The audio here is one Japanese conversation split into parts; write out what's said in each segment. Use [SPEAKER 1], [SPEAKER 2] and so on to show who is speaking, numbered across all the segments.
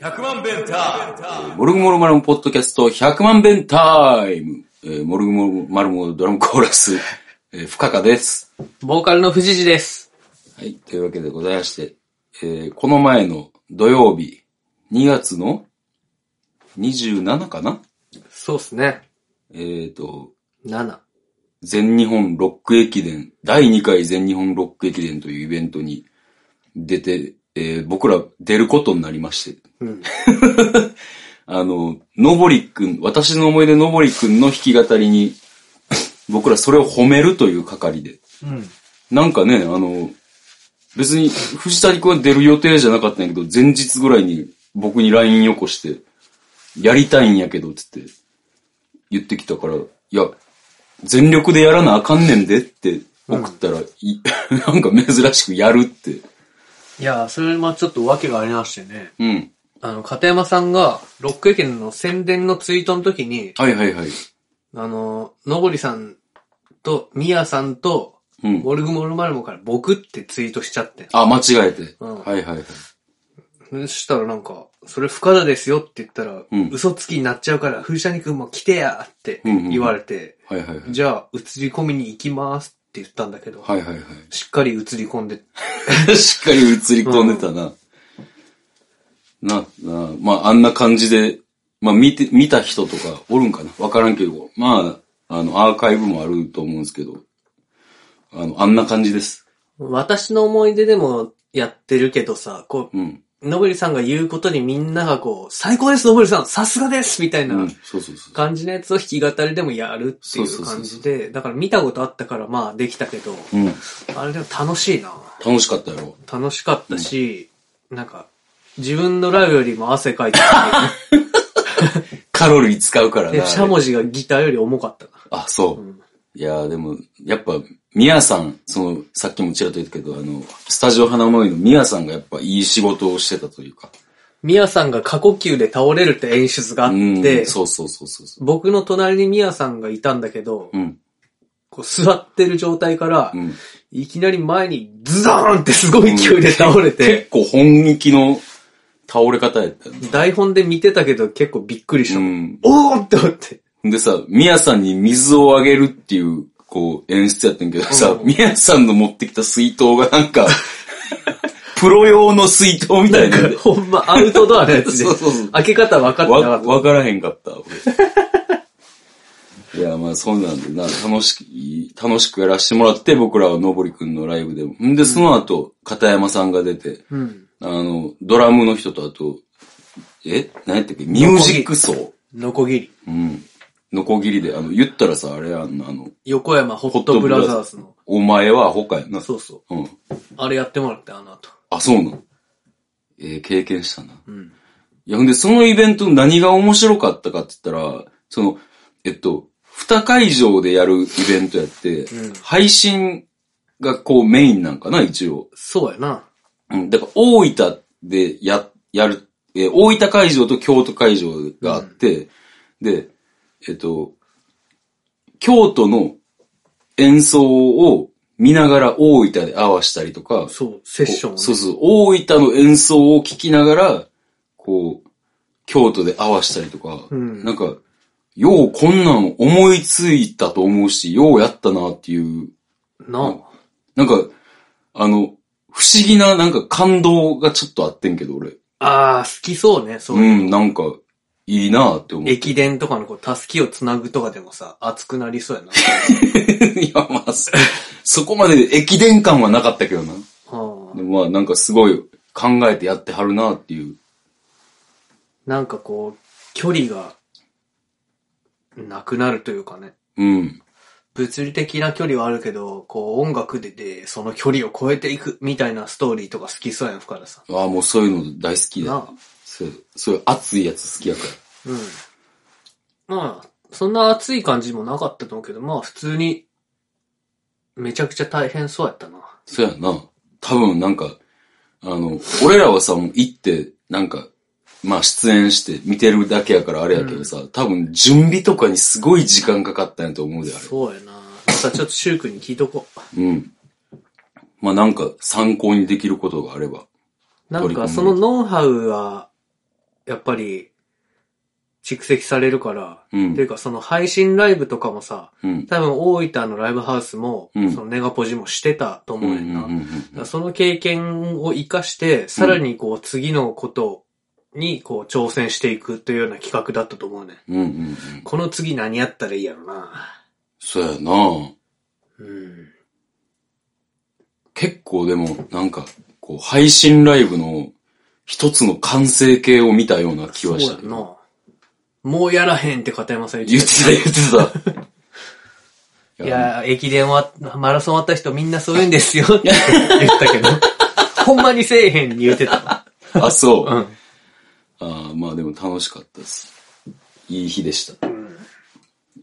[SPEAKER 1] 100万弁タイムモルグモルマルモポッドキャスト100万弁タイム、えー、モルグモルマルモドラムコーラス、えー、深川です。
[SPEAKER 2] ボーカルの藤次です。
[SPEAKER 1] はい、というわけでございまして、えー、この前の土曜日、2月の27かな
[SPEAKER 2] そうっすね。
[SPEAKER 1] えっ、と、
[SPEAKER 2] 7。
[SPEAKER 1] 全日本ロック駅伝、第2回全日本ロック駅伝というイベントに出て、えー、僕ら出ることになりまして。うん、 あの、のぼりくん、私の思い出のぼりくんの弾き語りに、僕らそれを褒めるという係で。うん、なんかね、あの、別に藤谷くんは出る予定じゃなかったんやけど、前日ぐらいに僕に LINE よこして、やりたいんやけど、つって、言ってきたから、いや、全力でやらなあかんねんでって送ったら、うん、 なんか珍しくやるって。い
[SPEAKER 2] や、それもちょっと訳がありましてね。
[SPEAKER 1] うん。
[SPEAKER 2] あの、片山さんが、ロック駅伝の宣伝のツイートの時に、
[SPEAKER 1] はいはいはい。
[SPEAKER 2] あの、のぼりさんと、みやさんと、うん、モルグモルマルモから僕ってツイートしちゃって。
[SPEAKER 1] あ、間違えて。うん、はいはいはい。
[SPEAKER 2] そしたらなんか、それ深田ですよって言ったら、うん、嘘つきになっちゃうから、風車に君も来てやって言われて、じゃあ、映り込みに行きますって言ったんだけど、
[SPEAKER 1] はいはいはい、
[SPEAKER 2] しっかり映り込んで、
[SPEAKER 1] しっかり映り込んでたな。うん、な、な、まあ、あんな感じで、まあ、見て、見た人とかおるんかなわからんけど、まあ、あの、アーカイブもあると思うんですけど、あの、あんな感じです。
[SPEAKER 2] 私の思い出でもやってるけどさ、こう、うんのぶりさんが言うことにみんながこう、最高です、のぶりさんさすがですみたいな感じのやつを弾き語りでもやるっていう感じで、だから見たことあったからまあできたけど、うん、あれでも楽しいな。
[SPEAKER 1] 楽しかったよ。
[SPEAKER 2] 楽しかったし、うん、なんか、自分のライブよりも汗かいて
[SPEAKER 1] カロリー使う からね。
[SPEAKER 2] しゃもじがギターより重かった
[SPEAKER 1] あ、そう。うん、いやでも、やっぱ、みやさん、その、さっきもちらっと言ったけど、あの、スタジオ花森のみやさんがやっぱいい仕事をしてたというか。
[SPEAKER 2] みやさんが過呼吸で倒れるって演出があって、
[SPEAKER 1] そうそうそうそう
[SPEAKER 2] 僕の隣にみやさんがいたんだけど、うん、こう座ってる状態から、うん、いきなり前にズドーンってすごい勢いで倒れて、
[SPEAKER 1] うん、結構本気の倒れ方やったよ、
[SPEAKER 2] ね、台本で見てたけど結構びっくりした。うん、おーって思って。
[SPEAKER 1] でさ、みやさんに水をあげるっていうこう、演出やってんけどさ、みや、うん、さんの持ってきた水筒がなん か、プロ用の水筒みたいな
[SPEAKER 2] な。ほんま、アウトドアのやつ で。そうそうそう。開け方分かってなかった。
[SPEAKER 1] わからへんかった、 いや、まあ、そうなんでな、楽しく、楽しくやらしてもらって、僕らはのぼりくんのライブでも。んで、その後、片山さんが出て、うん、あの、ドラムの人とあと、え何やったっけミュージック層。
[SPEAKER 2] ノコギリ。
[SPEAKER 1] うん。ノコギリで、あの、言ったらさ、あれあの、あの、
[SPEAKER 2] 横山ホットブラザーズの。
[SPEAKER 1] お前はホカやな。。
[SPEAKER 2] そうそう
[SPEAKER 1] うん。
[SPEAKER 2] あれやってもらって、あの後。
[SPEAKER 1] あ、そうなのえー、経験したな。うん。いや、ほんで、そのイベント何が面白かったかって言ったら、その、えっと、二会場でやるイベントやって、うん、配信がこうメインなんかな、一応。
[SPEAKER 2] そうやな。
[SPEAKER 1] うん。だから、大分でや、やる、えー、大分会場と京都会場があって、うん、で、えっと、京都の演奏を見ながら大分で合わしたりとか、
[SPEAKER 2] そう、セッション、ね、
[SPEAKER 1] そうそう、大分の演奏を聴きながら、こう、京都で合わしたりとか、うん、なんか、ようこんなん思いついたと思うし、ようやったなっていう。
[SPEAKER 2] な
[SPEAKER 1] なんか、あの、不思議ななんか感動がちょっとあってんけど、俺。
[SPEAKER 2] ああ、好きそうね、そう。
[SPEAKER 1] うん、なんか、いいなって思う。
[SPEAKER 2] 駅伝とかのこう、たすきをつなぐとかでもさ、熱くなりそうや な。
[SPEAKER 1] いや、まあ、そこまで駅伝感はなかったけどな。
[SPEAKER 2] は
[SPEAKER 1] あ、でもまあ、なんかすごい考えてやってはるなっていう。
[SPEAKER 2] なんかこう、距離が、なくなるというかね。
[SPEAKER 1] うん。
[SPEAKER 2] 物理的な距離はあるけど、こう音楽でで、その距離を超えていくみたいなストーリーとか好きそうやん、深田さ
[SPEAKER 1] ん。ああ、もうそういうの大好きだ。
[SPEAKER 2] なあ。
[SPEAKER 1] そう、そういう熱いやつ好きやから
[SPEAKER 2] うん。まあ、そんな熱い感じもなかったと思うけど、まあ普通に、めちゃくちゃ大変そうやったな。
[SPEAKER 1] そうやな。多分なんか、あの、俺らはさ、もう行って、なんか、まあ出演して見てるだけやからあれやけどさ、うん、多分準備とかにすごい時間かかったんやと思うであれ。
[SPEAKER 2] そうやな。またちょっとシュークに聞いとこ
[SPEAKER 1] う。うん。まあなんか参考にできることがあれば。
[SPEAKER 2] なんかそのノウハウは、やっぱり、蓄積されるから、
[SPEAKER 1] うん
[SPEAKER 2] っていうかその配信ライブとかもさ、
[SPEAKER 1] うん。
[SPEAKER 2] 多分大分のライブハウスも、
[SPEAKER 1] うん
[SPEAKER 2] そのネガポジもしてたと思うねんな。
[SPEAKER 1] うんうんうん
[SPEAKER 2] だからその経験を活かして、さらにこう次のことにこう挑戦していくというような企画だったと思うね。
[SPEAKER 1] うんうんうん。
[SPEAKER 2] この次何やったらいいやろな。
[SPEAKER 1] そうやな
[SPEAKER 2] うん。
[SPEAKER 1] 結構でも、なんか、こう、配信ライブの一つの完成形を見たような気はした
[SPEAKER 2] そう
[SPEAKER 1] け
[SPEAKER 2] や
[SPEAKER 1] ど。
[SPEAKER 2] な。もうやらへんって片山さん
[SPEAKER 1] 言
[SPEAKER 2] 言
[SPEAKER 1] っ
[SPEAKER 2] ってて
[SPEAKER 1] た、言ってた。
[SPEAKER 2] た。いやー、駅伝は、マラソン終わった人みんなそういうんですよっ て言ったけど、ほんまにせえへんに言ってた。
[SPEAKER 1] あ、そう。
[SPEAKER 2] うん。
[SPEAKER 1] あーまあでも楽しかったです。いい日でした。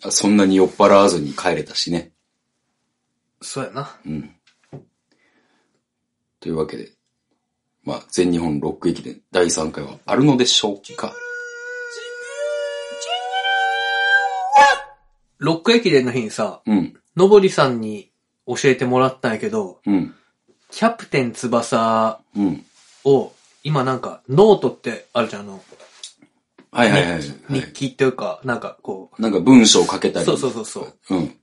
[SPEAKER 1] あそんなに酔っ払わずに帰れたしね。
[SPEAKER 2] そうやな。
[SPEAKER 1] うん。というわけで、まあ、全日本ロック駅伝第3回はあるのでしょうか
[SPEAKER 2] ロック駅伝の日にさ、
[SPEAKER 1] うん、
[SPEAKER 2] のぼりさんに教えてもらったんやけど、
[SPEAKER 1] うん、
[SPEAKER 2] キャプテン翼
[SPEAKER 1] うん。
[SPEAKER 2] を、今なんか、ノートってあるじゃん、あの、
[SPEAKER 1] はいはいはい。はい
[SPEAKER 2] 日記というか、なんかこ
[SPEAKER 1] なんか文章を書けた
[SPEAKER 2] う、
[SPEAKER 1] り。
[SPEAKER 2] そうそうそうそう。
[SPEAKER 1] う。うん。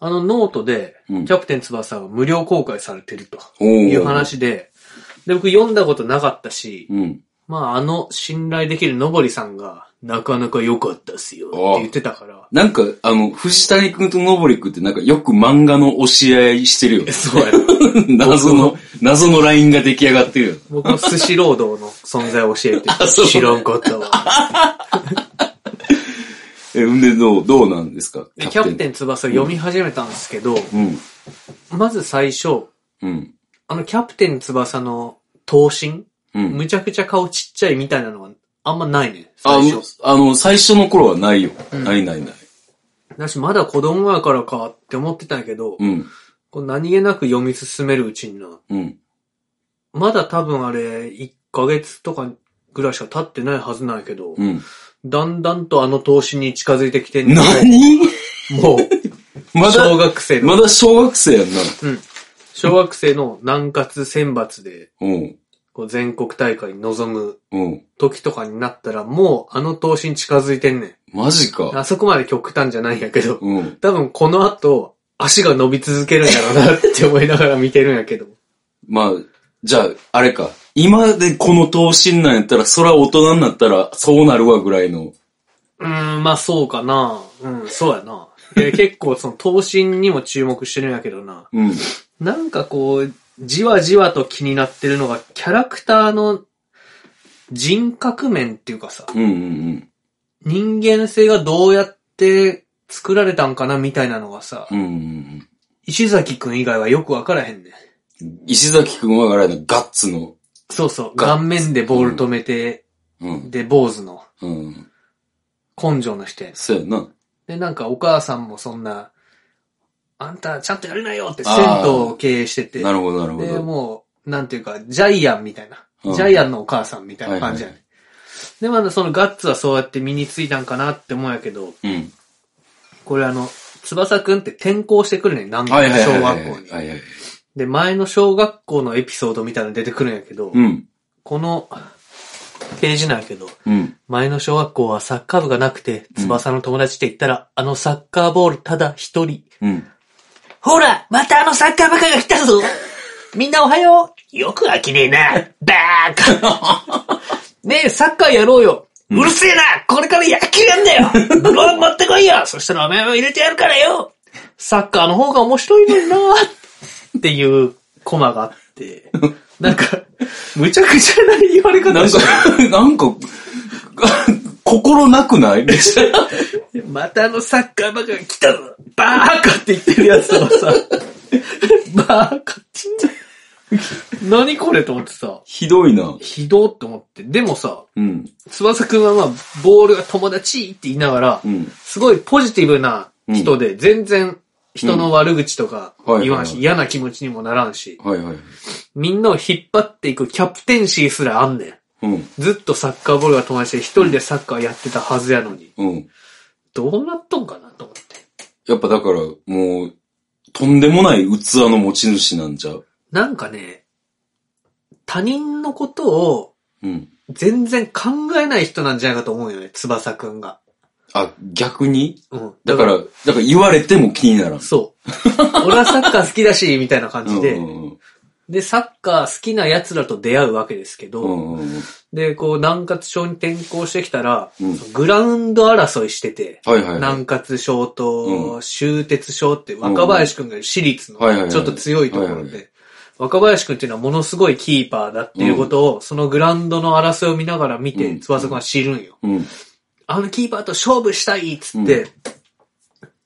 [SPEAKER 2] あのノートで、キ
[SPEAKER 1] うん
[SPEAKER 2] ャプテン翼が無料公開されてると
[SPEAKER 1] おー
[SPEAKER 2] いう話で、で、僕読んだことなかったし、
[SPEAKER 1] うん。
[SPEAKER 2] まああの信頼できるのぼりさんが、なかなか良かったっすよって言ってたから、
[SPEAKER 1] なんか、あの、藤谷くんとのぼりくんってなんかよく漫画の押し合いしてるよね。
[SPEAKER 2] そうや
[SPEAKER 1] 謎の、謎のラインが出来上がってるよね。
[SPEAKER 2] 僕も寿司労働の存在を教えて
[SPEAKER 1] そう、
[SPEAKER 2] 知らんかったわ。
[SPEAKER 1] え、んで、どう、どうなんですか
[SPEAKER 2] でキャプテン翼読み始めたんですけど、
[SPEAKER 1] うん。
[SPEAKER 2] まず最初、
[SPEAKER 1] うん。
[SPEAKER 2] あのキャプテン翼の頭身、
[SPEAKER 1] うん。
[SPEAKER 2] むちゃくちゃ顔ちっちゃいみたいなのはあんまないね。
[SPEAKER 1] あ
[SPEAKER 2] 最初。
[SPEAKER 1] あの、最初の頃はないよ。ないないない。
[SPEAKER 2] だし、まだ子供やからかって思ってたんやけど、
[SPEAKER 1] うん。
[SPEAKER 2] こう何気なく読み進めるうちにな、
[SPEAKER 1] うん。
[SPEAKER 2] まだ多分あれ、1ヶ月とかぐらいしか経ってないはずなんやけど、
[SPEAKER 1] うん。
[SPEAKER 2] だんだんとあの投資に近づいてきてんね
[SPEAKER 1] 何
[SPEAKER 2] もう、
[SPEAKER 1] ま
[SPEAKER 2] 小
[SPEAKER 1] だ、
[SPEAKER 2] 学生の、
[SPEAKER 1] まだ小学生やんな。
[SPEAKER 2] うん。小学生の南葛選抜で、
[SPEAKER 1] うん。
[SPEAKER 2] こう全国大会に臨む
[SPEAKER 1] うん。
[SPEAKER 2] 時とかになったら、もうあの投資に近づいてんねん。
[SPEAKER 1] マジか。
[SPEAKER 2] あそこまで極端じゃないんやけど、
[SPEAKER 1] うん。
[SPEAKER 2] 多分この後、足が伸び続けるんだろうなって思いながら見てるんやけど。
[SPEAKER 1] まあ、じゃあ、あれか。今でこの等身なんやったら、そら大人になったら、そうなるわぐらいの。
[SPEAKER 2] うーん、まあそうかな。うん、そうやな。 で結構その、頭身にも注目してるんやけどな。
[SPEAKER 1] うん。
[SPEAKER 2] なんかこう、じわじわと気になってるのが、キャラクターの人格面っていうかさ、
[SPEAKER 1] うんうん
[SPEAKER 2] 人間性がどうやって作られたんかなみたいなのがさ
[SPEAKER 1] うん。う、んうん
[SPEAKER 2] 石崎くん以外はよくわからへんね。
[SPEAKER 1] うん。石崎くんはあれやな、ガッツの。
[SPEAKER 2] そうそう、
[SPEAKER 1] が
[SPEAKER 2] 顔面でボール止めて、
[SPEAKER 1] うん。
[SPEAKER 2] で、坊主の
[SPEAKER 1] うん。
[SPEAKER 2] 根性の人やね
[SPEAKER 1] そうやな。
[SPEAKER 2] で、なんかお母さんもそんな、あんたちゃんとやりなよって銭湯を経営してて、
[SPEAKER 1] なるほど、なるほ
[SPEAKER 2] で、
[SPEAKER 1] ど。
[SPEAKER 2] もう、なんていうか、ジャイアンみたいな。
[SPEAKER 1] うん
[SPEAKER 2] ジャイアンのお母さんみたいな感じやね。
[SPEAKER 1] は
[SPEAKER 2] で、まだそのガッツはそうやって身についたんかなって思うんやけど、
[SPEAKER 1] うん。
[SPEAKER 2] これあの、翼くんって転校してくるね、南
[SPEAKER 1] はい
[SPEAKER 2] 国
[SPEAKER 1] はいは
[SPEAKER 2] 小
[SPEAKER 1] いはい。
[SPEAKER 2] 学校に。
[SPEAKER 1] はいはい。
[SPEAKER 2] で、前の小学校のエピソードみたいなの出てくるんやけど、
[SPEAKER 1] うん。
[SPEAKER 2] このページなんやけど、
[SPEAKER 1] うん。
[SPEAKER 2] 前の小学校はサッカー部がなくて、翼の友達って言ったら、あのサッカーボールただ一人。
[SPEAKER 1] うん。
[SPEAKER 2] ほらまたあのサッカーバカが来たぞみんなおはようよく飽きねえなバーカねえ、サッカーやろうようるせえなこれから野球やんだよブローン持ってこいよそしたらお前も入れてやるからよサッカーの方が面白いのになっていうコマがあって、なんか、むちゃくちゃな言われ
[SPEAKER 1] な
[SPEAKER 2] 方
[SPEAKER 1] ん
[SPEAKER 2] して
[SPEAKER 1] か、 なんか、心なくない
[SPEAKER 2] またあのサッカーバカが来たぞバーカって言ってるやつとかさ、バーカって言って、何これと思ってさ、
[SPEAKER 1] ひどいな。
[SPEAKER 2] ひどって思って。でもさ、
[SPEAKER 1] うん。
[SPEAKER 2] 翼くんはまあ、ボールが友達って言いながら、
[SPEAKER 1] うん。
[SPEAKER 2] すごいポジティブな人で、全然人の悪口とか
[SPEAKER 1] うん
[SPEAKER 2] 言わん
[SPEAKER 1] はいはいは
[SPEAKER 2] し、
[SPEAKER 1] い
[SPEAKER 2] 嫌な気持ちにもならんし、
[SPEAKER 1] はいはい。
[SPEAKER 2] みんなを引っ張っていくキャプテンシーすらあんねん。
[SPEAKER 1] うん。
[SPEAKER 2] ずっとサッカーボールが友達で一人でサッカーやってたはずやのに、
[SPEAKER 1] うん。
[SPEAKER 2] どうなっとんかなと思って。
[SPEAKER 1] やっぱだから、もう、とんでもない器の持ち主なんじゃう
[SPEAKER 2] なんかね、他人のことを
[SPEAKER 1] うん。
[SPEAKER 2] 全然考えない人なんじゃないかと思うよね、翼くんが。
[SPEAKER 1] あ、逆に
[SPEAKER 2] うん。
[SPEAKER 1] だから、だから言われても気にならん。
[SPEAKER 2] そう。俺はサッカー好きだし、みたいな感じで。
[SPEAKER 1] うんうん
[SPEAKER 2] で、サッカー好きな奴らと出会うわけですけど、
[SPEAKER 1] うんうんうんうん
[SPEAKER 2] で、こう、南葛症に転校してきたら、
[SPEAKER 1] うん
[SPEAKER 2] グラウンド争いしてて、
[SPEAKER 1] はいはいはい。
[SPEAKER 2] 南葛症
[SPEAKER 1] う
[SPEAKER 2] と終鉄症って、若林くんが私立
[SPEAKER 1] はいはいは
[SPEAKER 2] の
[SPEAKER 1] い
[SPEAKER 2] ちょっと強いとこ
[SPEAKER 1] は
[SPEAKER 2] ろ
[SPEAKER 1] いはいは
[SPEAKER 2] で、若林くんっていうのはものすごいキーパーだっていうことを、そのグラウンドの争いを見ながら見
[SPEAKER 1] う
[SPEAKER 2] て、
[SPEAKER 1] ん
[SPEAKER 2] 翼くんは知るんよ。
[SPEAKER 1] うん。
[SPEAKER 2] あのキーパーと勝負したいっつって、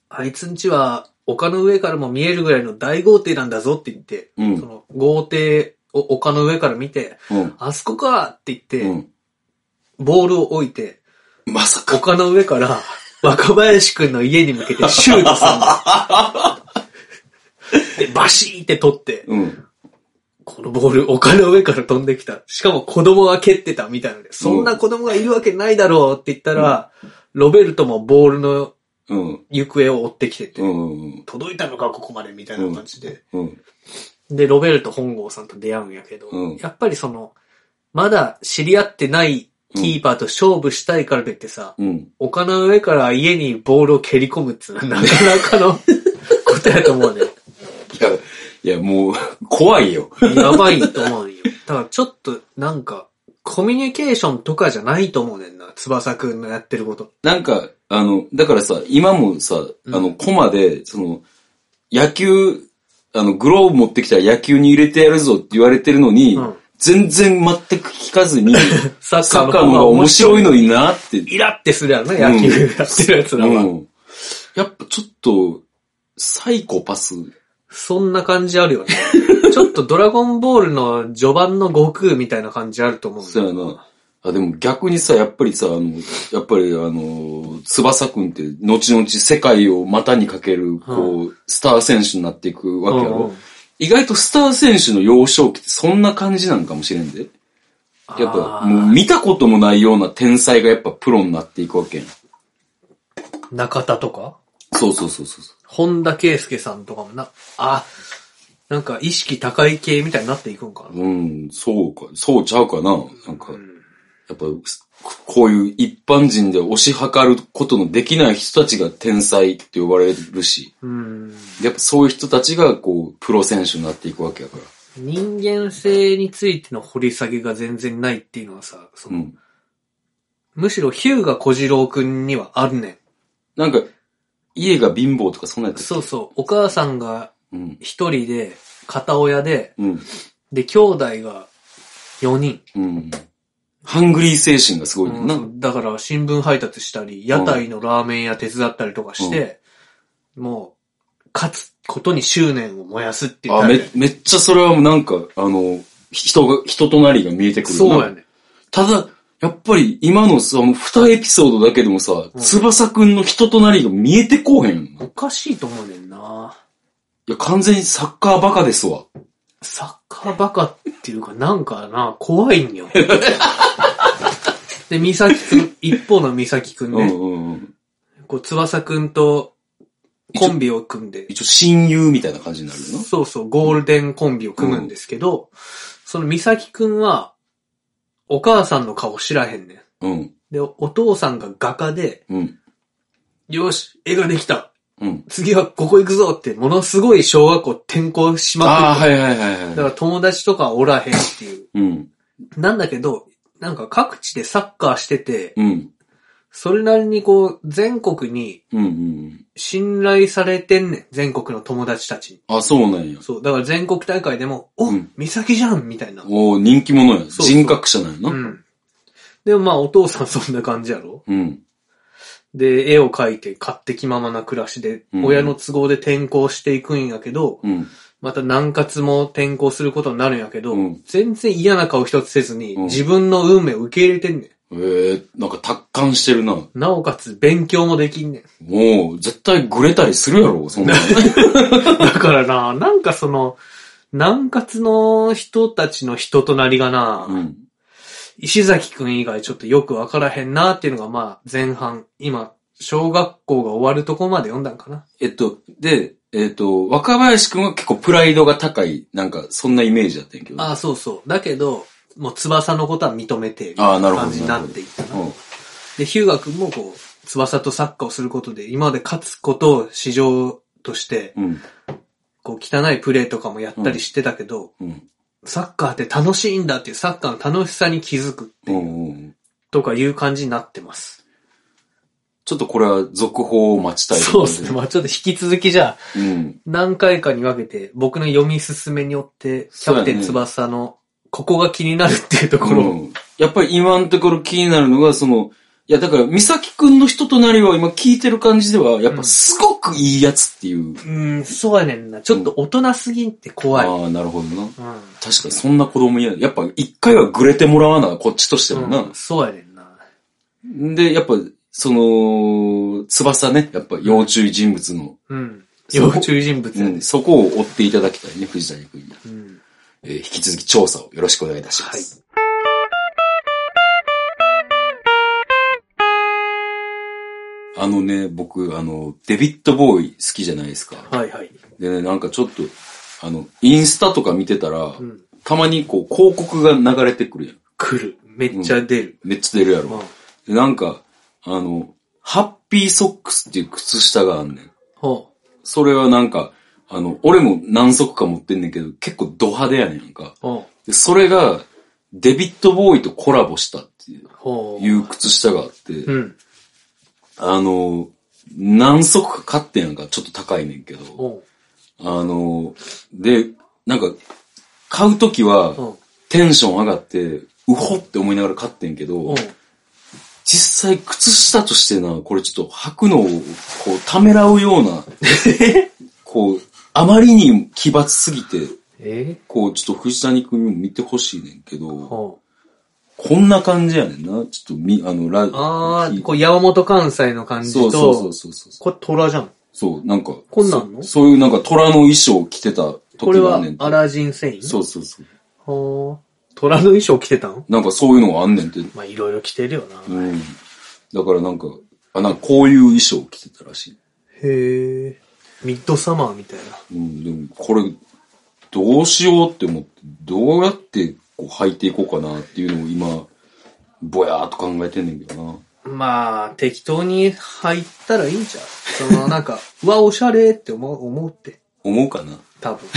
[SPEAKER 2] あいつんちは丘の上からも見えるぐらいの大豪邸なんだぞって言って、
[SPEAKER 1] うん
[SPEAKER 2] その豪邸を丘の上から見て、
[SPEAKER 1] うん。
[SPEAKER 2] あそこかって言って、
[SPEAKER 1] うん。
[SPEAKER 2] ボールを置いて、
[SPEAKER 1] まさか。
[SPEAKER 2] 丘の上から若林くんの家に向けてシュー トするので、バシーって取って、
[SPEAKER 1] うん。
[SPEAKER 2] このボール丘の上から飛んできた。しかも子供が蹴ってたみたいなので、そんな子供がいるわけないだろうって言ったら、ロベルトもボールの
[SPEAKER 1] うん。
[SPEAKER 2] 行方を追ってきてて、
[SPEAKER 1] うんうん。
[SPEAKER 2] 届いたのかここまでみたいな感じで。
[SPEAKER 1] うん。
[SPEAKER 2] で、ロベルト本郷さんと出会うんやけど、
[SPEAKER 1] うん
[SPEAKER 2] やっぱりその、まだ知り合ってないキーパーと勝負したいからといってさ、
[SPEAKER 1] うん。
[SPEAKER 2] 丘の上から家にボールを蹴り込むっていうのはな かなかのことやと思うね。
[SPEAKER 1] いや、いや、もう、 怖いよ。
[SPEAKER 2] やばいと思うよ。だからちょっとなんか、コミュニケーションとかじゃないと思うねんな。翼くんのやってること。
[SPEAKER 1] なんか、あの、だからさ、今もさ、あ
[SPEAKER 2] ん
[SPEAKER 1] の、コマで、その、野球、あの、グローブ持ってきたら野球に入れてやるぞって言われてるのに、
[SPEAKER 2] うん
[SPEAKER 1] 全然全く聞かず に、
[SPEAKER 2] サッ
[SPEAKER 1] サッ
[SPEAKER 2] カーの
[SPEAKER 1] カーの
[SPEAKER 2] 方
[SPEAKER 1] 方
[SPEAKER 2] が
[SPEAKER 1] が面
[SPEAKER 2] 面
[SPEAKER 1] 白
[SPEAKER 2] 白
[SPEAKER 1] い
[SPEAKER 2] いの。
[SPEAKER 1] のになって。
[SPEAKER 2] イラってするやろ な、野球やってるやつらは。
[SPEAKER 1] うんやっぱちょっと、サイコパス。
[SPEAKER 2] そんな感じあるよね。ちょっとドラゴンボールの序盤の悟空みたいな感じあると思うんだ
[SPEAKER 1] そうやな。あ、でも逆にさ、やっぱりさ、あの、やっぱりあの、翼くんって、後々世界を股にかける、こう、スター選手になっていくわけや
[SPEAKER 2] うんう
[SPEAKER 1] ろ
[SPEAKER 2] ん。
[SPEAKER 1] 意外とスター選手の幼少期ってそんな感じなんかもしれんで。やっぱ、
[SPEAKER 2] あー
[SPEAKER 1] もう見たこともないような天才がやっぱプロになっていくわけやん。
[SPEAKER 2] 中田とか
[SPEAKER 1] そうそうそうそうそ
[SPEAKER 2] 本田圭佑さんとかもな、あ、なんか意識高い系みたいになっていくんか
[SPEAKER 1] う。うん、そうか、そうちゃうかな。なんか
[SPEAKER 2] な。う、ん
[SPEAKER 1] やっぱ、こういう一般人で推し量ることのできない人たちが天才って呼ばれるし、
[SPEAKER 2] うん。
[SPEAKER 1] やっぱそういう人たちがこう、プロ選手になっていくわけやから。
[SPEAKER 2] 人間性についての掘り下げが全然ないっていうのはさ、そうの
[SPEAKER 1] ん。
[SPEAKER 2] むしろヒューガ小次郎くんにはあるね
[SPEAKER 1] なんか、家が貧乏とかそんなんや
[SPEAKER 2] ん。
[SPEAKER 1] つ。
[SPEAKER 2] そうそう。お母さんが
[SPEAKER 1] うん。
[SPEAKER 2] 一人で、片親で、
[SPEAKER 1] うん。
[SPEAKER 2] で、兄弟が4人。
[SPEAKER 1] うん。ハングリー精神がすごいねんな。
[SPEAKER 2] うんだから新聞配達したり、屋台のラーメン屋手伝ったりとかして、もう、勝つことに執念を燃やすっていう
[SPEAKER 1] あ
[SPEAKER 2] タ
[SPEAKER 1] め
[SPEAKER 2] イプ、
[SPEAKER 1] めっちゃそれはなんか、あの、人が、人となりが見えてくるな
[SPEAKER 2] そうやね。
[SPEAKER 1] ただ、やっぱり今のその二エピソードだけでもさ、
[SPEAKER 2] うん
[SPEAKER 1] 翼くんの人となりが見えてこうへんよな。
[SPEAKER 2] お
[SPEAKER 1] い
[SPEAKER 2] かしいと思うねんな。
[SPEAKER 1] や、完全にサッカーバカですわ。
[SPEAKER 2] サッカーバカっていうか、なんかな、怖いんよ。で、美咲くん、一方の美咲くん
[SPEAKER 1] う
[SPEAKER 2] ね、
[SPEAKER 1] んうんうん。
[SPEAKER 2] こう、翼くんとコンビを組んで、
[SPEAKER 1] 一応親友みたいな感じになるよな。
[SPEAKER 2] そうそう、ゴールデンコンビを組むんですけど、その美咲くんは、お母さんの顔知らへんねん。
[SPEAKER 1] うん。
[SPEAKER 2] で、お父さんが画家で、
[SPEAKER 1] うん。
[SPEAKER 2] よし、絵ができた
[SPEAKER 1] うん。
[SPEAKER 2] 次はここ行くぞって、ものすごい小学校転校し
[SPEAKER 1] あ
[SPEAKER 2] ま
[SPEAKER 1] あ、
[SPEAKER 2] くって
[SPEAKER 1] はいはいはい
[SPEAKER 2] る。だ
[SPEAKER 1] は
[SPEAKER 2] から友達とかおらへんっていう。
[SPEAKER 1] い。うん。
[SPEAKER 2] なんだけど、なんか各地でサッカーしてて、
[SPEAKER 1] うん。
[SPEAKER 2] それなりにこう、全国に
[SPEAKER 1] うんうんうん。
[SPEAKER 2] 信頼されてんねん。全国の友達たちに。
[SPEAKER 1] あ、そうなんや。
[SPEAKER 2] そう。だから全国大会でも、お、
[SPEAKER 1] うん
[SPEAKER 2] 美咲じゃんみたいな。
[SPEAKER 1] おー人気者や。
[SPEAKER 2] そう
[SPEAKER 1] 人格者なんやな。
[SPEAKER 2] うん。でもまあお父さんそんな感じやろ
[SPEAKER 1] うん。
[SPEAKER 2] で、絵を描いて勝手気ままな暮らしで、
[SPEAKER 1] うん
[SPEAKER 2] 親の都合で転校していくんやけど、
[SPEAKER 1] うん。
[SPEAKER 2] また南葛も転校することになるんやけど、
[SPEAKER 1] うん
[SPEAKER 2] 全然嫌な顔一つせずに、
[SPEAKER 1] うん
[SPEAKER 2] 自分の運命を受け入れてんね
[SPEAKER 1] えー、なんか達観してるな。も
[SPEAKER 2] ん。なおかつ勉強もできんねん。
[SPEAKER 1] う、絶対グレたりするやろ、そんなの。
[SPEAKER 2] だからな、なんかその、南葛の人たちの人となりがな、
[SPEAKER 1] うん。
[SPEAKER 2] 石崎くん以外ちょっとよくわからへんなっていうのがまあ前半、今、小学校が終わるとこまで読んだんかな。
[SPEAKER 1] えっと、で、えっ、と、若林くんは結構プライドが高い、なんか、そんなイメージだったんやけど。
[SPEAKER 2] ああ、そうそう。だけど、もう翼のことは認めて、
[SPEAKER 1] ああなるほど
[SPEAKER 2] 感じになっていったな。
[SPEAKER 1] うん
[SPEAKER 2] で、ヒューガ君もこう、翼とサッカーをすることで、今まで勝つことを市場として、
[SPEAKER 1] うん。
[SPEAKER 2] こう、汚いプレーとかもやったりしてたけど、
[SPEAKER 1] うん。
[SPEAKER 2] サッカーって楽しいんだっていう、サッカーの楽しさに気づく
[SPEAKER 1] うんうんうん。
[SPEAKER 2] とかいう感じになってます。
[SPEAKER 1] ちょっとこれは続報を待ちたいとこ
[SPEAKER 2] そう
[SPEAKER 1] ろ
[SPEAKER 2] ですね。まあちょっと引き続きじゃあ、
[SPEAKER 1] うん。
[SPEAKER 2] 何回かに分けて、僕の読み進めによって、キ
[SPEAKER 1] そう
[SPEAKER 2] ャ
[SPEAKER 1] や
[SPEAKER 2] プ
[SPEAKER 1] ね
[SPEAKER 2] テン翼の、ここが気になるっていうところ
[SPEAKER 1] う、んやっぱり今のところ気になるのが、その、いやだから、美咲くんの人となりは今聞いてる感じでは、やっぱすごくいいやつっていう。
[SPEAKER 2] うん、そうやねんな。ちょっと大人すぎんって怖い。うん。
[SPEAKER 1] ああ、なるほどな。確かにそんな子供嫌だ。やっぱ一回はグレてもらわな、こっちとしても
[SPEAKER 2] う。
[SPEAKER 1] なん
[SPEAKER 2] そうやねんな。
[SPEAKER 1] で、やっぱ、その、翼ね、やっぱ要注意人物の、
[SPEAKER 2] うん。
[SPEAKER 1] そう
[SPEAKER 2] 要注意人物
[SPEAKER 1] う
[SPEAKER 2] や
[SPEAKER 1] ん、
[SPEAKER 2] ね。
[SPEAKER 1] そこを追っていただきたいね、藤谷君に。
[SPEAKER 2] うん。
[SPEAKER 1] えー引き続き調査をよろしくお願いいたしま
[SPEAKER 2] はい。
[SPEAKER 1] す。あのね、僕、あの、デビッド・ボーイ好きじゃないですか。
[SPEAKER 2] はいはい。
[SPEAKER 1] でね、なんかちょっと、あの、インスタとか見てたら、
[SPEAKER 2] うん。
[SPEAKER 1] たまにこう広告が流れてくるやん。
[SPEAKER 2] 来る。めっちゃ出る。
[SPEAKER 1] めっちゃ出るやろ。
[SPEAKER 2] うん。
[SPEAKER 1] で、なんか、あの、ハッピーソックスっていう靴下があんねん。
[SPEAKER 2] ほう。
[SPEAKER 1] それはなんか、あの、俺も何足か持ってんねんけど、結構ド派手やねんやんか。
[SPEAKER 2] ほ
[SPEAKER 1] で、それが、デビットボーイとコラボしたっていう
[SPEAKER 2] う。ほう。
[SPEAKER 1] いう靴下があって、
[SPEAKER 2] うん。
[SPEAKER 1] あの、何足か買ってんやんか、ちょっと高いねんけど、
[SPEAKER 2] ほ
[SPEAKER 1] あの、で、なんか、買うとき
[SPEAKER 2] う。ほ
[SPEAKER 1] は
[SPEAKER 2] う。
[SPEAKER 1] テンション上がって、うほって思いながら買ってんけど
[SPEAKER 2] ほう、。
[SPEAKER 1] 実際靴下としてな、これちょっと履くのを、こう、ためらうような、こう、あまりに奇抜すぎて、
[SPEAKER 2] え
[SPEAKER 1] こう、ちょっと藤谷君にも見てほしいねんけど、
[SPEAKER 2] ほう。
[SPEAKER 1] こんな感じやねんな。ちょっとみ、あの、ラ
[SPEAKER 2] あ
[SPEAKER 1] 聞
[SPEAKER 2] ー、
[SPEAKER 1] い
[SPEAKER 2] こう、山本関西の感じ
[SPEAKER 1] そう
[SPEAKER 2] と、
[SPEAKER 1] そうそうそうそう。
[SPEAKER 2] これ虎じゃん。
[SPEAKER 1] そう、なんか、
[SPEAKER 2] こんなんの
[SPEAKER 1] そそういうなんか虎の衣装を着てた
[SPEAKER 2] これ
[SPEAKER 1] 時があ
[SPEAKER 2] は
[SPEAKER 1] んねんて。
[SPEAKER 2] アラジン繊維
[SPEAKER 1] そうそうそう。
[SPEAKER 2] ほう。虎の衣装着てたん
[SPEAKER 1] なんかそういうのがあんねんて。
[SPEAKER 2] まあ、いろいろ着てるよな。
[SPEAKER 1] うん。だからなんか、あ、なんかこういう衣装を着てたらしい。
[SPEAKER 2] へえ。ミッドサマーみたいな。
[SPEAKER 1] うん、でもこれ、どうしようって思って、どうやってこう履いていこうかなっていうのを今、ぼやーっと考えてんねんけどな。
[SPEAKER 2] まあ、適当に入ったらいいんちゃうその、な んか、うわ、おしゃれって思う、思うって。
[SPEAKER 1] 思うかな
[SPEAKER 2] 多分。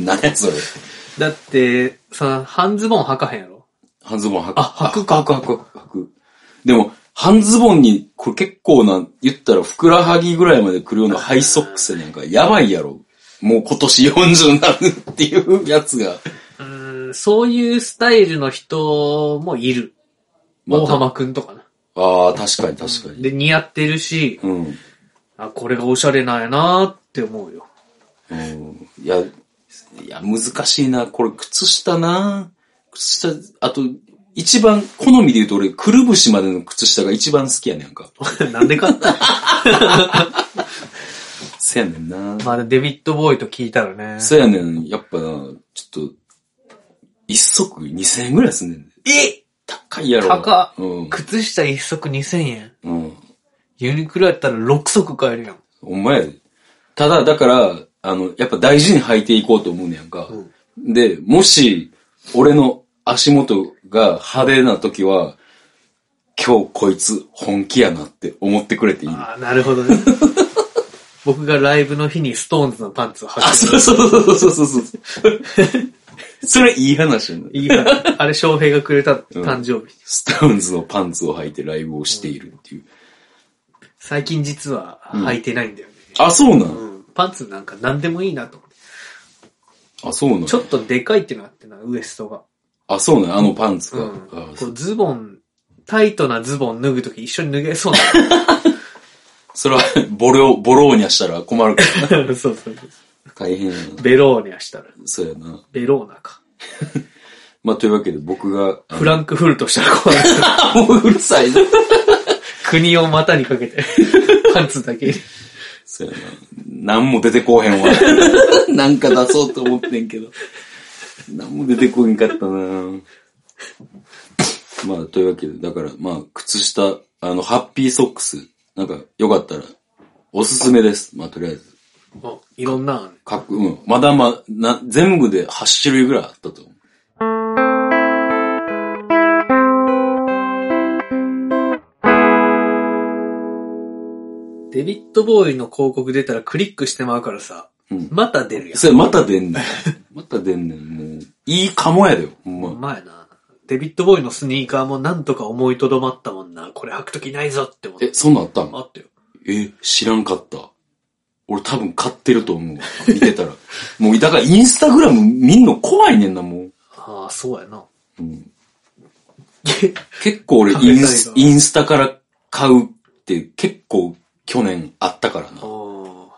[SPEAKER 1] 何やそれ。
[SPEAKER 2] だって、さ、半ズボン履かへんやろ
[SPEAKER 1] 半ズボン履く。
[SPEAKER 2] あ履くか
[SPEAKER 1] 履く、履く、履く。でも、半ズボンに、これ結構な、言ったらふくらはぎぐらいまで来るようなハイソックスやねんから、やばいやろ。もう今年40になるっていうやつが。
[SPEAKER 2] うーん、そういうスタイルの人もいる。
[SPEAKER 1] また
[SPEAKER 2] 大浜くんとかな。
[SPEAKER 1] ああ、確かに確かに。
[SPEAKER 2] で、似合ってるし、
[SPEAKER 1] うん。
[SPEAKER 2] あ、これがおしゃれなんやなって思うよ。
[SPEAKER 1] うんいや、いや、難しいな。これ、靴下な。靴下、あと、一番、好みで言うと俺、くるぶしまでの靴下が一番好きやねんか。
[SPEAKER 2] なんでかって。
[SPEAKER 1] せやねんな。
[SPEAKER 2] まあ、デビッドボーイと聞いたらね。
[SPEAKER 1] そやねん。やっぱな、ちょっと、一足二千円ぐらいすんねんで。
[SPEAKER 2] え
[SPEAKER 1] 高いやろ。
[SPEAKER 2] 高っ
[SPEAKER 1] うん。
[SPEAKER 2] 靴下一足2000円。
[SPEAKER 1] うん。
[SPEAKER 2] ユニクロやったら6足買えるやん。
[SPEAKER 1] お前やで。ただ、だから、あの、やっぱ大事に履いていこうと思うねやんか。で、もし、俺の足元が派手な時は、今日こいつ本気やなって思ってくれていい。
[SPEAKER 2] ああ、なるほどね。 僕がライブの日にストーンズのパンツを履く。
[SPEAKER 1] うそうそうそうそうそう。 それいい話やな。
[SPEAKER 2] いいから。あれ、翔平がくれ た誕生日。
[SPEAKER 1] スタウンズのパンツを履いてライブをしているっていう。
[SPEAKER 2] 最近実は履いてないんだよね。
[SPEAKER 1] あ、そうな
[SPEAKER 2] うんん。パンツなんか何でもいいなと思って。
[SPEAKER 1] あ、そうなん
[SPEAKER 2] ちょっとでかいっていうのがあってな、ウエストが。
[SPEAKER 1] あ、そうなんあのパンツ
[SPEAKER 2] う
[SPEAKER 1] が。
[SPEAKER 2] ん。
[SPEAKER 1] あ
[SPEAKER 2] こ
[SPEAKER 1] そう
[SPEAKER 2] ズボン、タイトなズボン脱ぐとき一緒に脱げそう
[SPEAKER 1] それは、 ボロ、ボローニャしたら困るからな。
[SPEAKER 2] な。 そうそうそう。
[SPEAKER 1] 大変やな。
[SPEAKER 2] ベローニャしたら。
[SPEAKER 1] そうやな。
[SPEAKER 2] ベローナか。
[SPEAKER 1] まあ、というわけで僕が、あの
[SPEAKER 2] フランクフルトしたらこうなる。
[SPEAKER 1] もううるさいな。
[SPEAKER 2] 国を股にかけて、 パンツだけ。
[SPEAKER 1] そうやな。何も出てこうへん わ。なんか出そうと思ってんけど。何も出てこへんかったなまあ、というわけで、だから、まあ、靴下、あの、ハッピーソックス、なんか、よかったら、おすすめです。まあ、とりあえず。
[SPEAKER 2] あいろんなのある
[SPEAKER 1] かっこ、うん。まだま、な、全部で8種類ぐらいあったと思う。
[SPEAKER 2] デビットボーイの広告出たらクリックしてまうからさ、
[SPEAKER 1] うん
[SPEAKER 2] また出るやん。
[SPEAKER 1] それまた出ん ねん。また出んねん。もう、いいかもやでよ。ほん
[SPEAKER 2] ほん
[SPEAKER 1] ま。
[SPEAKER 2] まやな。デビットボーイのスニーカーもなんとか思いとどまったもんな。これ履くときないぞって思っ
[SPEAKER 1] え
[SPEAKER 2] て、。
[SPEAKER 1] そんなんあった
[SPEAKER 2] あ
[SPEAKER 1] ん
[SPEAKER 2] ったよ。
[SPEAKER 1] え、知らんかった。俺多分買ってると思うわ。見てたら。 もう、だからインスタグラム見んの怖いねんな、もう。
[SPEAKER 2] ああ、そうやな。
[SPEAKER 1] うん
[SPEAKER 2] け
[SPEAKER 1] 結構俺
[SPEAKER 2] 食
[SPEAKER 1] イ
[SPEAKER 2] べたい
[SPEAKER 1] ン
[SPEAKER 2] な
[SPEAKER 1] ス、インスタから買うって結構去年あったからな。
[SPEAKER 2] あ
[SPEAKER 1] も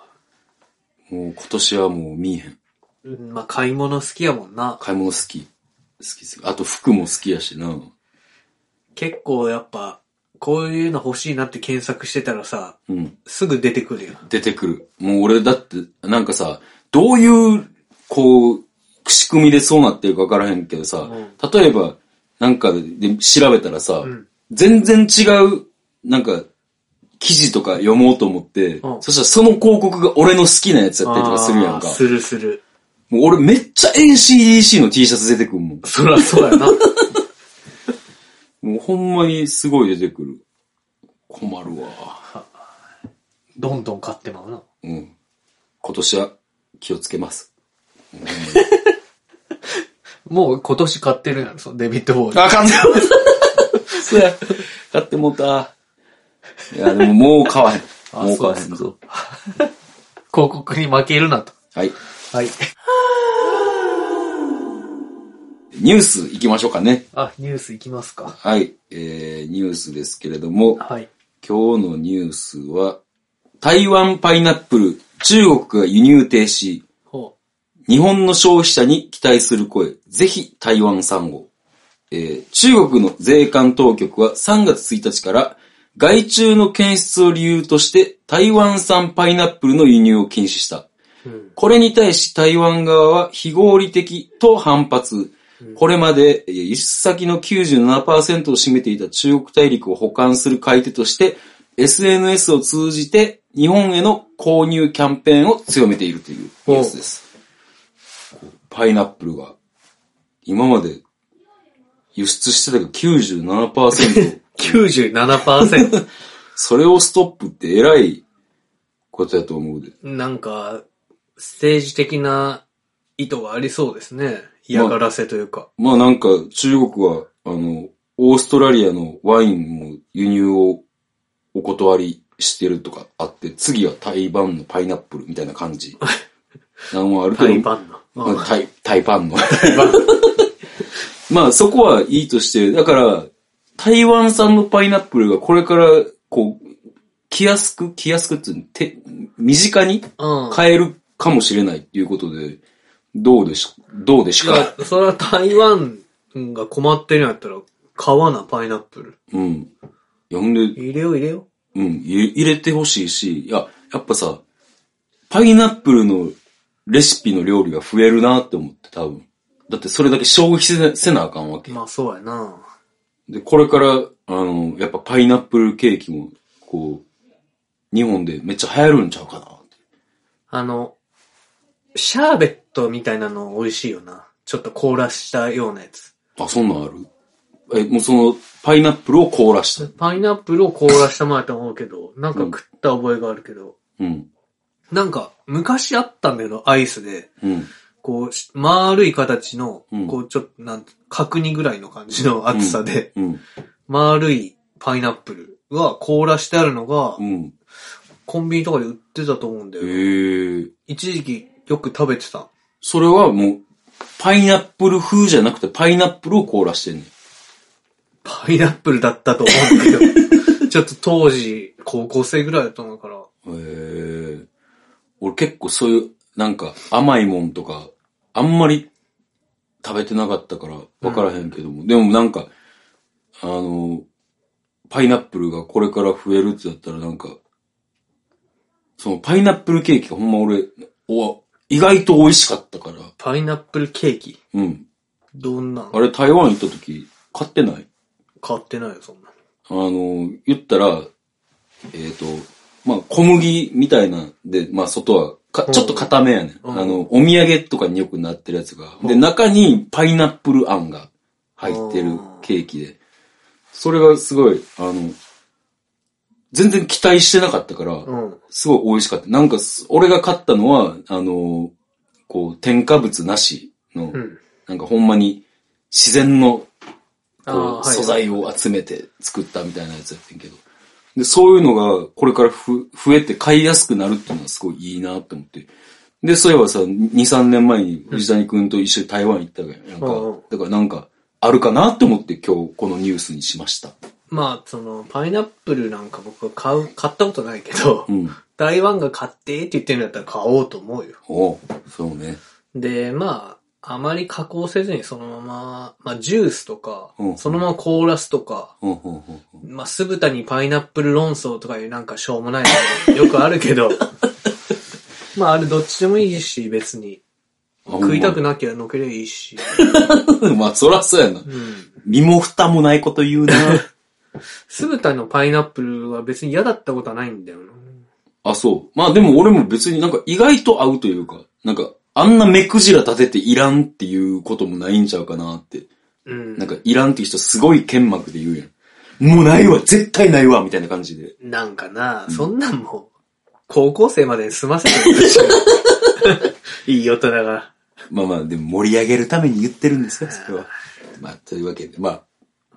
[SPEAKER 2] ー
[SPEAKER 1] う今年はもう見えへん。
[SPEAKER 2] うんまあ、買い物好きやもんな。
[SPEAKER 1] 買い物好き。好き好き。あと服も好きやしな。
[SPEAKER 2] 結構やっぱ、こういうの欲しいなって検索してたらさ、
[SPEAKER 1] うん。
[SPEAKER 2] すぐ出てくるやん。
[SPEAKER 1] 出てくる。もう俺だって、なんかさ、どういう、こう、仕組みでそうなってるかわからへんけどさ、
[SPEAKER 2] う
[SPEAKER 1] 例えば、なんかで調べたらさ、
[SPEAKER 2] ん
[SPEAKER 1] 全然違う、なんか、記事とか読もうと思って、
[SPEAKER 2] うん
[SPEAKER 1] そしたらその広告が俺の好きなやつやったりとかするやんか
[SPEAKER 2] あー。するする。
[SPEAKER 1] もう俺めっちゃ NCDC の T シャツ出てくるもん。
[SPEAKER 2] そらそうやな。
[SPEAKER 1] もうほんまにすごい出てくる。困るわ。
[SPEAKER 2] どんどん買ってまうな。
[SPEAKER 1] うん。今年は気をつけます。
[SPEAKER 2] もう今年買ってるやん、そのデビットボーイ。
[SPEAKER 1] あかんね そうや。買ってもうた。いや、でももう買 わへん。
[SPEAKER 2] あ
[SPEAKER 1] もう買わへ
[SPEAKER 2] そうん です
[SPEAKER 1] ぞ。
[SPEAKER 2] 広告に負けるなと。
[SPEAKER 1] はい。
[SPEAKER 2] はい。
[SPEAKER 1] ニュース行きましょうかね。
[SPEAKER 2] あ、ニュースいきますか。
[SPEAKER 1] はい。えー、ニュースですけれども、
[SPEAKER 2] はい。
[SPEAKER 1] 今日のニュースは、台湾パイナップル、中国が輸入停止。
[SPEAKER 2] ほ
[SPEAKER 1] 日本の消費者に期待する声、ぜひ台湾産を。えー中国の税関当局は3月1日から、外注の検出を理由として台湾産パイナップルの輸入を禁止した。
[SPEAKER 2] う。うん。
[SPEAKER 1] これに対し台湾側は非合理的と反発。これまでえー輸出先の97%を占めていた中国大陸を保管する買い手として、SNS を通じて日本への購入キャンペーンを強めているというニュースです。パイナップルが今まで輸出してたけど97%。
[SPEAKER 2] 97%。
[SPEAKER 1] それをストップって偉いことやと思うで。
[SPEAKER 2] なんか、政治的な意図がありそうですね。嫌がらせというか。
[SPEAKER 1] まあなんか中国は、あの、オーストラリアのワインも輸入をお断りしてるとかあって、次は台湾のパイナップルみたいな感 じ。なんもあるけど。
[SPEAKER 2] 台湾の。
[SPEAKER 1] まあタイ、タイパンの。 まあそこはいいとして、だから、台湾産のパイナップルがこれから、こう、来やすく、来やすくっていうのて、身近に
[SPEAKER 2] うん。
[SPEAKER 1] 買えるかもしれないっていうことで、どうでし、どうでし
[SPEAKER 2] い
[SPEAKER 1] か。
[SPEAKER 2] や、それは台湾が困ってるんやったら、買わな、パイナップル。
[SPEAKER 1] うん。いや、ほんで、
[SPEAKER 2] 入れよう入れよ
[SPEAKER 1] うん、入れ入れてほしいし、いや、やっぱさ、パイナップルのレシピの料理が増えるなって思って、多分。だってそれだけ消費せせなあかんわ
[SPEAKER 2] う。
[SPEAKER 1] け。
[SPEAKER 2] まあそうやな。
[SPEAKER 1] で、これから、あの、やっぱパイナップルケーキも、こう、日本でめっちゃ流行るんちゃうかなって。
[SPEAKER 2] あの、シャーベットみたいなの美味しいよな。ちょっと凍らしたようなやつ。
[SPEAKER 1] あ、そんなんあるえ、もうその、パイナップルを凍らした。
[SPEAKER 2] パイナップルを凍らしたものやと思うけど、なんか食った覚えがあるけど、
[SPEAKER 1] うん。
[SPEAKER 2] なんか昔あったんだけど、アイスで、
[SPEAKER 1] うん。
[SPEAKER 2] こうし、丸い形の
[SPEAKER 1] うん、
[SPEAKER 2] こうちょっと、なんて角煮ぐらいの感じの厚さで、
[SPEAKER 1] うん。
[SPEAKER 2] 丸いパイナップルは凍らしてあるのが
[SPEAKER 1] う、ん。
[SPEAKER 2] コンビニとかで売ってたと思うんだ
[SPEAKER 1] え
[SPEAKER 2] よな。
[SPEAKER 1] ー、
[SPEAKER 2] 一時期よく食べてた。
[SPEAKER 1] それはもう、パイナップル風じゃなくて、パイナップルを凍らしてんねん。
[SPEAKER 2] パイナップルだったと思うんだけど、ちょっ と当時、高校生ぐらいだと思うから、
[SPEAKER 1] へえ俺結構そういう、なんか甘いもんとか、あんまり食べてなかったから分からへんけども。でもなんか、あの、パイナップルがこれから増えるってだったらなんか、そのパイナップルケーキがほんま俺、お意外と美味しかったから。
[SPEAKER 2] パイナップルケーキ。
[SPEAKER 1] うん。
[SPEAKER 2] どんなん
[SPEAKER 1] あれ台湾行った時買ってない
[SPEAKER 2] 買ってないよ、そんな。
[SPEAKER 1] あの、言ったら、えっ、と、まあ、小麦みたいなんで、まあ、外はか、ちょっと固めやね、
[SPEAKER 2] うん
[SPEAKER 1] あの、お土産とかによくなってるやつが。で、中にパイナップルあんが入ってるケーキで。それがすごい、あの、全然期待してなかったから、
[SPEAKER 2] うん。
[SPEAKER 1] すごい美味しかった。なんかす、俺が買ったのは、あの、こう、添加物なしの、
[SPEAKER 2] うん。
[SPEAKER 1] なんかほんまに自然のこ
[SPEAKER 2] あ
[SPEAKER 1] う
[SPEAKER 2] ーはい
[SPEAKER 1] 素材を集めて作ったみたいなやつやってんけど。で、そういうのがこれからふ増えて買いやすくなるっていうのはすごいいいなと思って。で、そういえばさ、2、3年前に藤谷くんと一緒に台湾行ったわけやんか
[SPEAKER 2] うんうん。
[SPEAKER 1] だからなんか、あるかなって思って今日このニュースにしました。
[SPEAKER 2] まあ、その、パイナップルなんか僕は買う、買ったことないけど
[SPEAKER 1] う、ん。
[SPEAKER 2] 台湾が買ってって言ってるんだったら買おうと思うよ。
[SPEAKER 1] おうそうね。
[SPEAKER 2] で、まあ、あまり加工せずにそのまま、まあ、ジュースとか
[SPEAKER 1] う、ん
[SPEAKER 2] そのまま凍らすとか、
[SPEAKER 1] ほうほうほうほう
[SPEAKER 2] まあ、酢豚にパイナップル論争とかいうなんかしょうもないのがよくあるけ ど、まあ、あれどっちでもいいし、別に。
[SPEAKER 1] あほんま
[SPEAKER 2] 食いたくなきゃのけりゃいいし。
[SPEAKER 1] まあ、そらそうやな。
[SPEAKER 2] うん。
[SPEAKER 1] 身も蓋もないこと言うな。
[SPEAKER 2] 酢豚のパイナップルは別に嫌だったことはないんだよな。
[SPEAKER 1] あ、そう。まあでも俺も別になんか意外と合うというか、なんかあんな目くじら立てていらんっていうこともないんちゃうかなって。
[SPEAKER 2] うん。
[SPEAKER 1] なんかいらんっていう人すごい剣幕で言うやん。もうないわ絶対ないわみたいな感じで。
[SPEAKER 2] なんかな、そんなんもう、高校生までに済ませてるでしょ。 いい大人が。
[SPEAKER 1] まあまあ、でも盛り上げるために言ってるんですよ、それは。まあ、というわけで、まあ、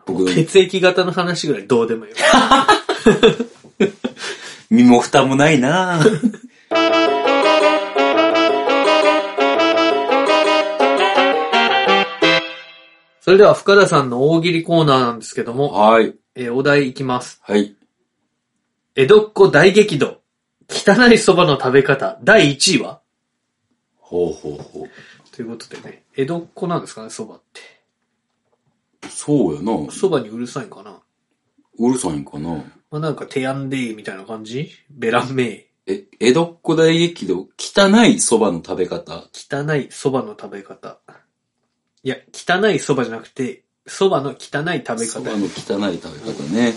[SPEAKER 1] 僕の
[SPEAKER 2] 血液型の話ぐらいどうでもよ。
[SPEAKER 1] 身も蓋もない なぁ
[SPEAKER 2] それでは深田さんの大喜利コーナーなんですけども、
[SPEAKER 1] はい。
[SPEAKER 2] えーお題いきます。
[SPEAKER 1] はい。
[SPEAKER 2] 江戸っ子大激怒。汚い蕎麦の食べ方、第1位は
[SPEAKER 1] ほうほうほう。
[SPEAKER 2] ということでね、江戸っ子なんですかね、蕎麦って。
[SPEAKER 1] そうやな
[SPEAKER 2] 蕎麦にうるさいんかな
[SPEAKER 1] うるさいんかな
[SPEAKER 2] まあなんか、テアンデイみたいな感じベランメイ。
[SPEAKER 1] え、江戸っ子大激怒、汚い蕎麦の食べ方。
[SPEAKER 2] 汚い蕎麦の食べ方。いや、汚い蕎麦じゃなくて、蕎麦の汚い食べ
[SPEAKER 1] そ
[SPEAKER 2] 方
[SPEAKER 1] ば。の汚い食べ方ね。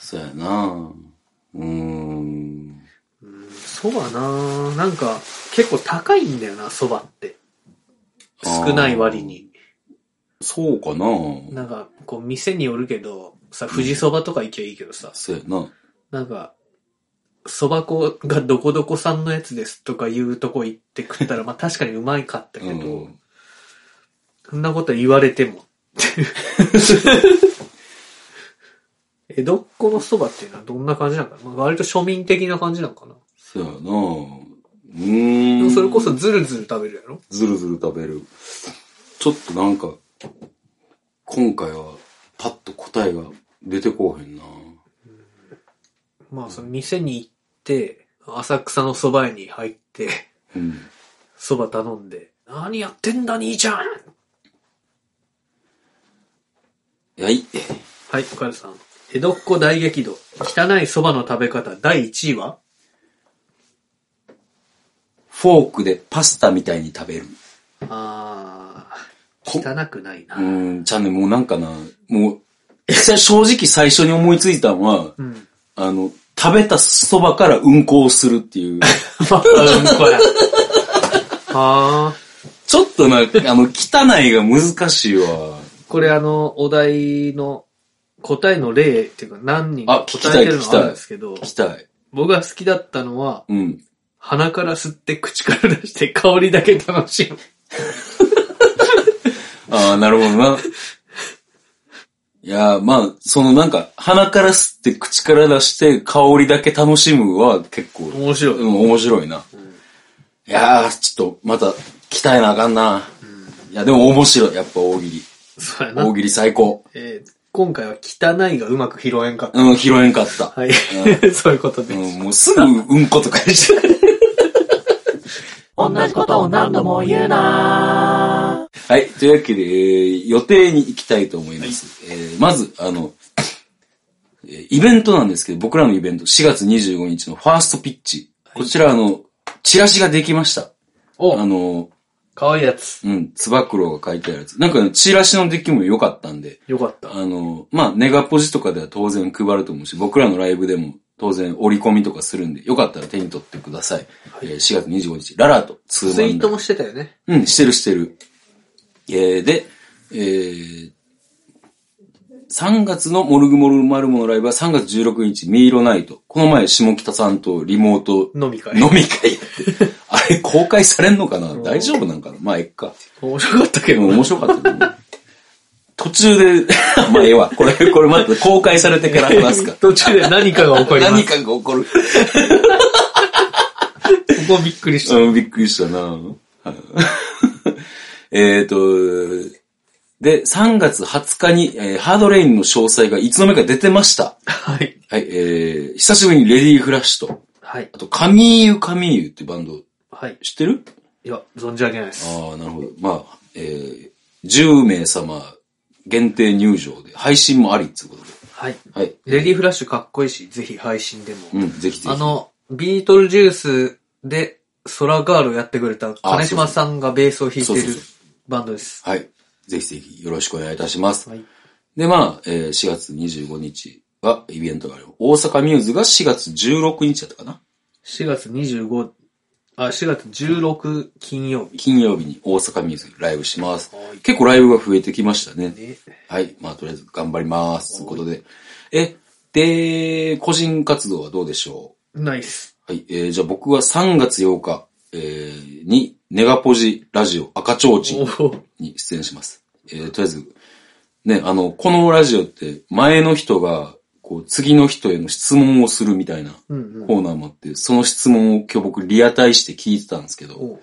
[SPEAKER 1] そうやなうーん。
[SPEAKER 2] うん蕎麦なぁ。なんか、結構高いんだよな、蕎麦って。少ない割に。
[SPEAKER 1] そうかな
[SPEAKER 2] なんか、こう、店によるけど、さ、富士蕎麦とか行きゃいいけどさ、
[SPEAKER 1] そうやな。
[SPEAKER 2] なんか、蕎麦粉がどこどこさんのやつですとかいうとこ行って食ったら、まあ確かにうまいかったけ
[SPEAKER 1] う
[SPEAKER 2] ど、
[SPEAKER 1] ん。
[SPEAKER 2] そんなこと言われても。 江戸っ子のそばっていうのはどんな感じなのかな、まあ、割と庶民的な感じなのかな、
[SPEAKER 1] そうやなうー
[SPEAKER 2] で
[SPEAKER 1] ん。
[SPEAKER 2] もそれこそ、ズルズル食べるやろ
[SPEAKER 1] ずるずる食べる。ちょっとなんか、今回は、パッと答えが出てこうへんな
[SPEAKER 2] まあその店に行って、浅草の蕎麦屋に入って、
[SPEAKER 1] うん。
[SPEAKER 2] 蕎麦頼んで、何やってんだ兄ちゃん
[SPEAKER 1] いやい。
[SPEAKER 2] はい、おかるさん。江戸っ子大激怒。汚い蕎麦の食べ方第1位は
[SPEAKER 1] フォークでパスタみたいに食べる。
[SPEAKER 2] あ
[SPEAKER 1] こ
[SPEAKER 2] ー、汚くないな。
[SPEAKER 1] うーん、ちゃんね、もうなんかな、もう、正直最初に思いついたのは、
[SPEAKER 2] うん。
[SPEAKER 1] あの、食べたそばから運行するって いう。
[SPEAKER 2] まあ、うんこや。 はあ。
[SPEAKER 1] ちょっとな、あの、汚いが難しいわ。
[SPEAKER 2] これあの、お題の答えの例っていうか何人
[SPEAKER 1] あ
[SPEAKER 2] か
[SPEAKER 1] 聞きたい
[SPEAKER 2] 答えてる
[SPEAKER 1] 聞
[SPEAKER 2] の
[SPEAKER 1] き
[SPEAKER 2] が
[SPEAKER 1] たい
[SPEAKER 2] あるんですけど
[SPEAKER 1] 聞、きたい。
[SPEAKER 2] 僕が好きだったのは、
[SPEAKER 1] うん。
[SPEAKER 2] 鼻から吸って口から出して香りだけ楽しむ。
[SPEAKER 1] ああ、なるほどな。いやー、まあ、そのなんか、鼻から吸って口から出して香りだけ楽しむは結構、
[SPEAKER 2] 面白い。
[SPEAKER 1] うん、面白いな。いやー、ちょっと、また、鍛えなあかんな。いや、でも面白い。やっぱ大喜利。
[SPEAKER 2] そうやな
[SPEAKER 1] 大。喜利最高。
[SPEAKER 2] えー今回は汚いがうまく拾えんかっ
[SPEAKER 1] うん、拾えんかった。
[SPEAKER 2] た。はい。 そういうことで
[SPEAKER 1] う
[SPEAKER 2] す。
[SPEAKER 1] ん、もうすぐ、うんことかにして。
[SPEAKER 3] 同じことを何度も言うな
[SPEAKER 1] はい。というわけで、えー予定に行きたいと思います。えーまず、あの、えーイベントなんですけど、僕らのイベント、4月25日のファーストピッチ。こちら、あの、チラシができました。あ
[SPEAKER 2] お、
[SPEAKER 1] の、
[SPEAKER 2] かわいいやつ。
[SPEAKER 1] うん、つば九郎が書いてあるやつ。なんか、チラシの出来も良かったんで、
[SPEAKER 2] よかった。
[SPEAKER 1] あの、まあ、ネガポジとかでは当然配ると思うし、僕らのライブでも当然折り込みとかするんで、よかったら手に取ってください。えー4月25日、ララとツーマン
[SPEAKER 2] ツ
[SPEAKER 1] ラ
[SPEAKER 2] イ
[SPEAKER 1] イブ
[SPEAKER 2] ートもしてたよね。
[SPEAKER 1] うん、してるしてる。えー、で、えー、3月のモルグモルマルモのライブは3月16日、ミイロナイト。この前、下北さんとリモート
[SPEAKER 2] 飲み会。
[SPEAKER 1] 飲み会やって。あれ、公開されんのかな大丈夫なんかなまあ、えっか。
[SPEAKER 2] 面白かったけ
[SPEAKER 1] で
[SPEAKER 2] ど。。
[SPEAKER 1] も面白かったけどね。途中で、 まあ、ええわ。これ、これまず公開されてから話すか
[SPEAKER 2] 途中で何かが起こります。
[SPEAKER 1] 何かが起こる。
[SPEAKER 2] ここびっくりした。
[SPEAKER 1] うん、びっくりしたなはい えっと、で、3月20日に、えーハードレインの詳細がいつの間にか出てました。
[SPEAKER 2] はい。
[SPEAKER 1] はい、えー、久しぶりにレディーフラッシュと、
[SPEAKER 2] はい
[SPEAKER 1] あ。と、カミーユカミーユってバンド
[SPEAKER 2] はい。
[SPEAKER 1] 知ってる
[SPEAKER 2] いや、存じ上げないです。
[SPEAKER 1] ああ、なるほど。まあ、えー、10名様限定入場で、配信もありっていうことで。
[SPEAKER 2] はい。
[SPEAKER 1] はい。
[SPEAKER 2] レディフラッシュかっこいいし、ぜひ配信でも。
[SPEAKER 1] うん、ぜひぜひ。
[SPEAKER 2] あの、ビートルジュースで、ソラガールをやってくれた金島さんがベースを弾いて
[SPEAKER 1] そうそう
[SPEAKER 2] る
[SPEAKER 1] そう
[SPEAKER 2] バンドです。
[SPEAKER 1] はい。ぜひぜひよろしくお願いいたします。
[SPEAKER 2] はい
[SPEAKER 1] で、まあ、えー4月25日はイベントがある。大阪ミューズが4月16日だったかな
[SPEAKER 2] 4月25、あ、4月16金曜日。
[SPEAKER 1] 金曜日に大阪ミューズライブします
[SPEAKER 2] はい。
[SPEAKER 1] 結構ライブが増えてきましたね。
[SPEAKER 2] ね。
[SPEAKER 1] はい。まあ、とりあえず頑張ります。ということで。え、で、個人活動はどうでしょ
[SPEAKER 2] ナイス。
[SPEAKER 1] うはい。えーじゃあ僕は3月8日、えーに、ネガポジラジオ赤ちょうちん
[SPEAKER 2] おお。
[SPEAKER 1] に出演します。えーとりあえず、ね、あの、このラジオって前の人が、こう、次の人への質問をするみたいな
[SPEAKER 2] うんうん。
[SPEAKER 1] コーナーもあって、その質問を今日僕リアタイして聞いてたんですけど、
[SPEAKER 2] お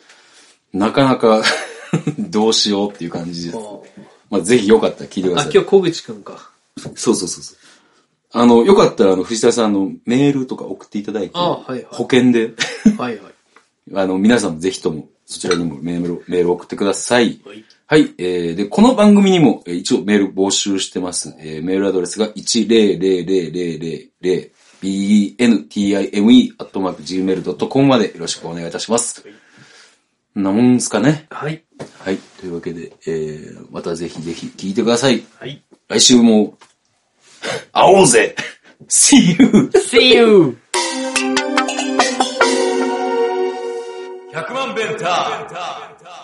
[SPEAKER 1] なかなか どうしようっていう感じです。
[SPEAKER 2] お
[SPEAKER 1] まあ、ぜひよかったら聞いてくだ
[SPEAKER 2] あ、
[SPEAKER 1] さ
[SPEAKER 2] 今
[SPEAKER 1] い。
[SPEAKER 2] 日小口くんか。
[SPEAKER 1] そうそうそうそう。あの、よかったら、あの、藤田さんあのメールとか送っていただいて、
[SPEAKER 2] あはいはい
[SPEAKER 1] 保険で、
[SPEAKER 2] はいはい。
[SPEAKER 1] あの、皆さんもぜひとも、そちらにもメールを、メールを送ってください。
[SPEAKER 2] はい。
[SPEAKER 1] はい。えー、で、この番組にも、えー一応メール募集してます。えー、メールアドレスが 1000000bentime.gmail.com までよろしくお願いいたします。こんなもんすかね。
[SPEAKER 2] はい。
[SPEAKER 1] はい。というわけで、えー、またぜひぜひ聞いてください。
[SPEAKER 2] はい。
[SPEAKER 1] 来週も、 会おうぜ !See you!
[SPEAKER 2] See you!
[SPEAKER 1] 100万ベンター